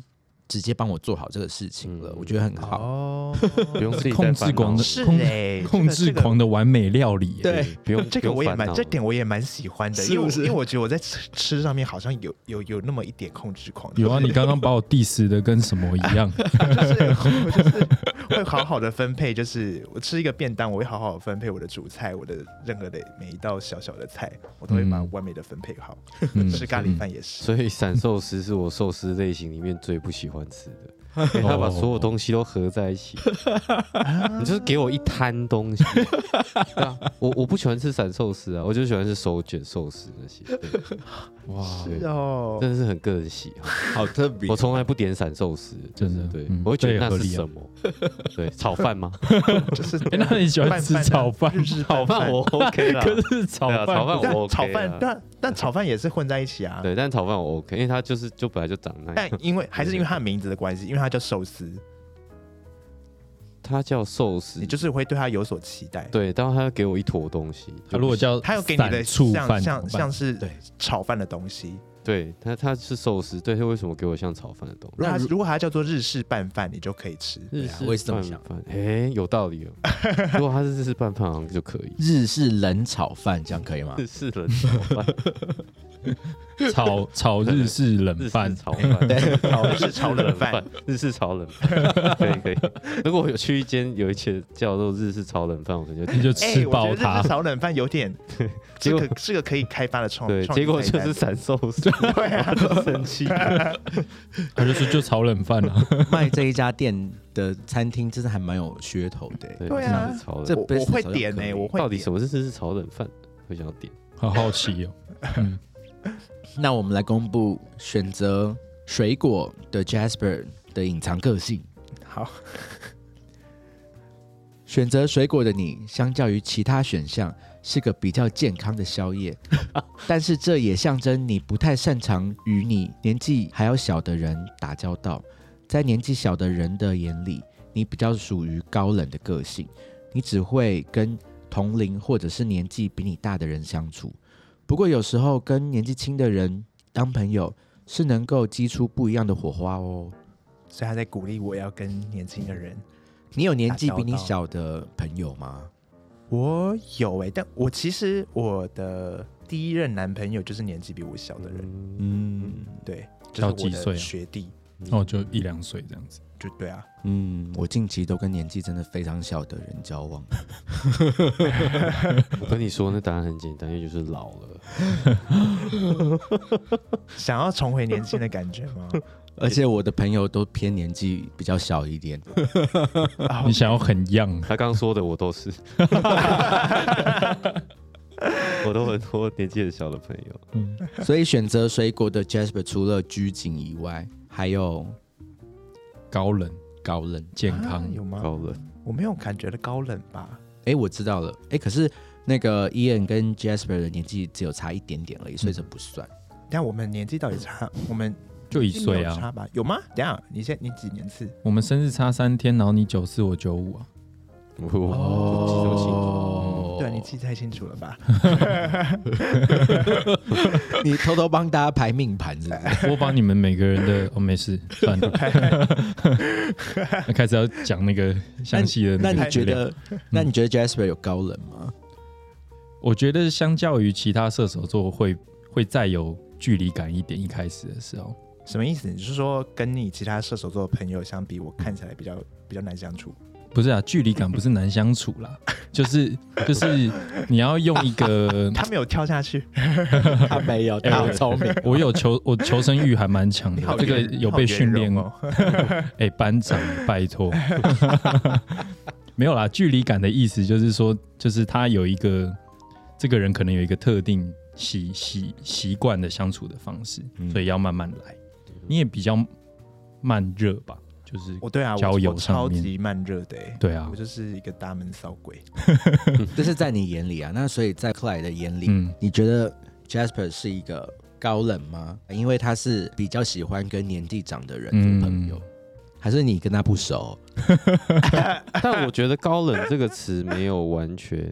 Speaker 2: 直接帮我做好这个事情了，
Speaker 3: 嗯
Speaker 2: 我觉得很好。
Speaker 1: 哦，
Speaker 3: 不用自己
Speaker 4: 控
Speaker 3: 再
Speaker 4: 制
Speaker 3: 烦恼
Speaker 4: 狂 的
Speaker 3: 了
Speaker 1: 是
Speaker 4: 控
Speaker 1: 哎，这个
Speaker 4: 控制。狂的完美料理耶、
Speaker 2: 对
Speaker 3: 不用
Speaker 1: 这个这个我也蛮，这点
Speaker 3: 我
Speaker 1: 我也蛮喜欢的，
Speaker 2: 是
Speaker 1: 因为
Speaker 2: 不
Speaker 1: 我
Speaker 2: 是
Speaker 1: 因为我觉得我在吃吃上面好像有有有那么一点控制狂，
Speaker 4: 有啊，你刚刚把我 diss 的跟什么一样？
Speaker 1: 就是我 就是会好好的分配，就是我吃一个便当，我会好好地分配我的主菜，我的任何的每一道小小的菜，我都会把它
Speaker 4: 嗯
Speaker 1: 完美的分配好。
Speaker 4: 嗯
Speaker 1: 吃咖喱饭也是，
Speaker 3: 所以散寿司是我寿司类型里面最不喜欢吃的，
Speaker 4: 嗯
Speaker 3: 因为
Speaker 4: 哦
Speaker 3: 它把所有东西都合在一 起，
Speaker 4: 啊
Speaker 3: 你就是给我一摊东西。对啊，我我不喜欢吃散寿司啊，我就喜欢吃手卷寿司那些，对
Speaker 4: 哇，啊
Speaker 3: 对
Speaker 1: 是哦，
Speaker 3: 真的是很个人喜 好。
Speaker 2: 好特别
Speaker 3: 我从来不点散寿司，
Speaker 4: 真的
Speaker 3: 对
Speaker 4: 嗯，
Speaker 3: 我会觉得那
Speaker 4: 这
Speaker 3: 是
Speaker 4: 也合
Speaker 3: 什么？对，炒饭吗？
Speaker 1: 就是
Speaker 4: 哎那你喜欢吃 炒饭
Speaker 1: 日式
Speaker 3: 炒饭我 OK 啦，
Speaker 4: 可是炒
Speaker 3: 对啊
Speaker 4: 饭，
Speaker 3: 炒饭
Speaker 1: 但
Speaker 3: 我
Speaker 1: 啊
Speaker 3: OK
Speaker 1: 炒饭
Speaker 3: 啦，
Speaker 1: 但但炒饭也是混在一起啊。
Speaker 3: 对，但炒饭我 OK，因为它就是就本来就长那样
Speaker 1: 但。因为还是因为它的名字的关系，因为它叫寿司，
Speaker 3: 它叫寿司，
Speaker 1: 你就是会对它有所期待。
Speaker 3: 对，但他给我一坨东西，
Speaker 4: 他如果叫
Speaker 1: 它有给你的
Speaker 4: 散醋
Speaker 1: 像
Speaker 4: 饭怎
Speaker 1: 像
Speaker 4: 么
Speaker 1: 像
Speaker 4: 办，
Speaker 1: 是
Speaker 2: 对
Speaker 1: 炒饭的东西。
Speaker 3: 对他他是寿司，对，他为什么给我像炒饭的东西？
Speaker 1: 那它
Speaker 2: 如
Speaker 1: 如果它叫做日式拌饭，你就可以 吃。
Speaker 2: 对
Speaker 3: 日
Speaker 2: 啊
Speaker 3: 式
Speaker 2: 我也是这么
Speaker 3: 拌
Speaker 2: 想
Speaker 3: 饭，哎、有道理哦。 如果他是日式拌饭，好像就可以。
Speaker 2: 日式冷炒饭这样可以吗？
Speaker 3: 日式冷炒饭，
Speaker 4: 炒炒日式冷
Speaker 3: 日
Speaker 4: 饭
Speaker 3: 式，炒饭，
Speaker 1: 炒日式炒冷 饭，，
Speaker 3: 日式炒冷饭， 可以可以。如果我有去一间有一间叫做日式炒冷饭，我可能就
Speaker 4: 你就
Speaker 1: 哎
Speaker 4: 吃
Speaker 1: 我
Speaker 4: 爆
Speaker 1: 觉得
Speaker 4: 它。
Speaker 1: 这炒冷饭有点，
Speaker 3: 结
Speaker 1: 这
Speaker 3: 果
Speaker 1: 个这个可以开发的创
Speaker 3: 对，
Speaker 1: 创
Speaker 3: 结
Speaker 1: 意
Speaker 3: 果
Speaker 1: 菜
Speaker 3: 就
Speaker 1: 单
Speaker 3: 是闪寿司，
Speaker 1: 对啊，
Speaker 3: 生气了。
Speaker 4: 他就说就炒冷饭啊，
Speaker 2: 卖这一家店的餐厅真的还蛮有噱头的、 欸
Speaker 3: 对，
Speaker 1: 对啊
Speaker 3: 日式炒
Speaker 2: 这
Speaker 1: 我
Speaker 3: 冷。
Speaker 1: 我
Speaker 2: business
Speaker 1: 会
Speaker 2: 好像
Speaker 1: 点
Speaker 2: 可以
Speaker 1: 呢，我会
Speaker 3: 到底
Speaker 1: 点
Speaker 3: 什么是日式炒冷饭？会想要点
Speaker 4: 好好奇哦。嗯，
Speaker 2: 那我们来公布选择水果的 Jasper 的隐藏个性。
Speaker 1: 好？
Speaker 2: 选择水果的你，相较于其他选项，是个比较健康的 宵夜，但是这也象征你不太擅长与你年纪还要小的人打交道。在年纪小的人的眼里，你比较属于高冷的个性，你只会跟同龄或者是年纪比你大的人相处。不过有时候跟年纪轻的人当朋友，是能够激出不一样的火花哦。
Speaker 1: 所以他在鼓励我要跟年轻的人。
Speaker 2: 你有年纪
Speaker 1: 打交
Speaker 2: 比你
Speaker 1: 道
Speaker 2: 小的朋友吗？
Speaker 1: 我有哎、但我其实我的第一任男朋友就是年纪比我小的人，
Speaker 3: 嗯，
Speaker 2: 嗯
Speaker 1: 对，就
Speaker 4: 到
Speaker 1: 是我
Speaker 4: 几岁
Speaker 1: 的
Speaker 4: 啊
Speaker 1: 学弟，
Speaker 4: 哦，就一两岁这样子。
Speaker 1: 就对啊，
Speaker 2: 嗯，我近期都跟年纪真的非常小的人交 往。
Speaker 3: 我跟你说，那答案很简单，因为就是老了。
Speaker 1: 想要重回年轻的感觉吗？
Speaker 2: 而且我的朋友都偏年纪比较小一 点，
Speaker 1: 啊
Speaker 4: 你想要很 young，
Speaker 3: 他刚说的我都 是，我都很多年纪很小的朋友。
Speaker 4: 嗯
Speaker 2: 所以选择水果的 Jasper 除了拘谨以外，还有
Speaker 4: 高冷、
Speaker 2: 高冷。
Speaker 4: 健
Speaker 1: 啊
Speaker 4: 康，哦
Speaker 1: 有吗？
Speaker 3: 高 冷，
Speaker 1: 我没有感觉的高冷吧？
Speaker 2: 哎，我知道了。哎，可是那个 Ian 跟 Jasper 的年纪只有差一点点而已，所以这不算。
Speaker 1: 但我们年纪到底差？我们
Speaker 4: 就嗯一
Speaker 1: 一
Speaker 4: 岁啊。
Speaker 1: 差吧？有吗？等一下，你现你几年次？
Speaker 4: 我们生日差三天，然后你九四，我九五啊。
Speaker 3: 我我
Speaker 4: 哦
Speaker 3: 记这么清楚，
Speaker 1: 对啊，你记太清楚了吧？
Speaker 2: 你偷偷帮大家排命盘是不是？
Speaker 4: 我把你们每个 人的，哦，没事，算了。开始要讲那个详细的
Speaker 2: 那
Speaker 4: 个
Speaker 2: 你觉
Speaker 4: 资料？
Speaker 2: 得， 那你觉得 Jasper 有高冷吗？
Speaker 4: 我觉得相较于其他射手座会，会再有距离感一点。一开始的时候，
Speaker 1: 什么意思？你是说跟你其他射手座的朋友相比，我看起来比较比较难相处？
Speaker 4: 不是啊，距离感不是难相处啦， 就是就是你要用一个，
Speaker 1: 他没有跳下去，
Speaker 2: 他没有，
Speaker 4: 哎
Speaker 2: 他
Speaker 4: 我
Speaker 2: 好聪明。
Speaker 4: 我有求我求生欲还蛮强
Speaker 1: 你
Speaker 4: 的
Speaker 1: 好，
Speaker 4: 嗯这个
Speaker 1: 圆
Speaker 4: 有被训练
Speaker 1: 你
Speaker 4: 过
Speaker 1: 好圆。融哦。
Speaker 4: 哎、班长，拜托， 没有啦。距离感的意思就是说，就是他有一个这个人可能有一个特定习习习惯的相处的方式，
Speaker 2: 嗯
Speaker 4: 所以要慢慢来。你也比较慢热吧，就是
Speaker 1: 我对啊，我
Speaker 4: 交友
Speaker 1: 我
Speaker 4: 上
Speaker 1: 超
Speaker 4: 面
Speaker 1: 级慢热的、欸，
Speaker 4: 对啊
Speaker 1: 我，就是一个大闷骚鬼。
Speaker 2: 这是在你眼里啊，那所以在克莱的眼里，
Speaker 4: 嗯，
Speaker 2: 你觉得 Jasper 是一个高冷吗？因为他是比较喜欢跟年纪长的人
Speaker 4: 嗯
Speaker 2: 做朋友，还是你跟他不熟？
Speaker 3: 但我觉得“高冷”这个词没有完全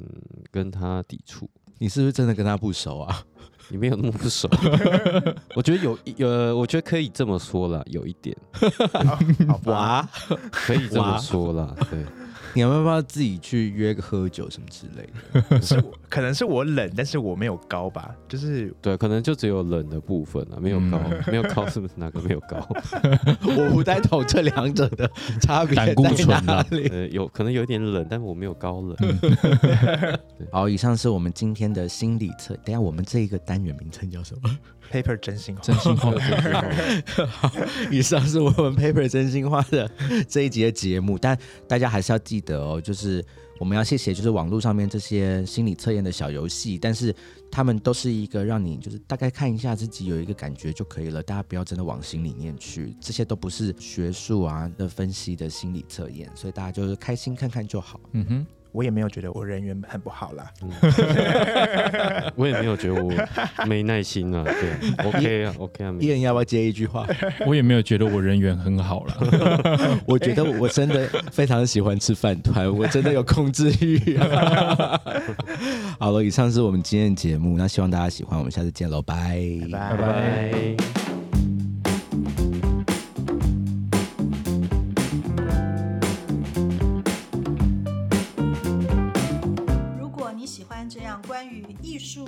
Speaker 3: 跟他抵触，
Speaker 2: 你是不是真的跟他不熟啊？
Speaker 3: 你没有那么不熟。 我觉得有一呃，我觉得可以这么说啦，有一点
Speaker 1: 好好吧，
Speaker 2: 哇，
Speaker 3: 可以这么说啦。对，
Speaker 2: 你们要不要自己去约个喝酒什么之类的？
Speaker 1: 是我可能是我冷，但是我没有高吧，就是
Speaker 3: 对，可能就只有冷的部分啦，没有高，
Speaker 4: 嗯
Speaker 3: 没有高，是不是哪个没有高？
Speaker 2: 我不太懂这两者的差别
Speaker 4: 胆固醇
Speaker 2: 在
Speaker 4: 啊
Speaker 2: 哪里。
Speaker 3: 呃，有可能有一点冷，但我没有高冷。
Speaker 2: 好，以上是我们今天的心理测。等一下我们这一个单元名称叫什么？
Speaker 1: paper 真心话。
Speaker 4: 真 心话
Speaker 2: 以上是我们 Paper 真心话的这一集的节目，但大家还是要记得哦，就是我们要谢谢，就是网络上面这些心理测验的小游戏，但是他们都是一个让你就是大概看一下自己有一个感觉就可以了，大家不要真的往心里面去，这些都不是学术啊的分析的心理测验，所以大家就是开心看看就好。
Speaker 4: 嗯哼，
Speaker 1: 我也没有觉得我人缘很不好啦，
Speaker 3: 我也没有觉得我没耐心啊，对，OK 啊，OK 啊，
Speaker 2: 伊
Speaker 3: 没
Speaker 2: 人要不要接一句话？
Speaker 4: 我也没有觉得我人缘很好啦。
Speaker 2: 我觉得我真的非常喜欢吃饭团，我真的有控制欲、 好了，以上是我们今天的节目，那希望大家喜欢，我们下次见喽，
Speaker 1: 拜
Speaker 3: 拜拜。
Speaker 5: 如果你喜欢这样关于艺术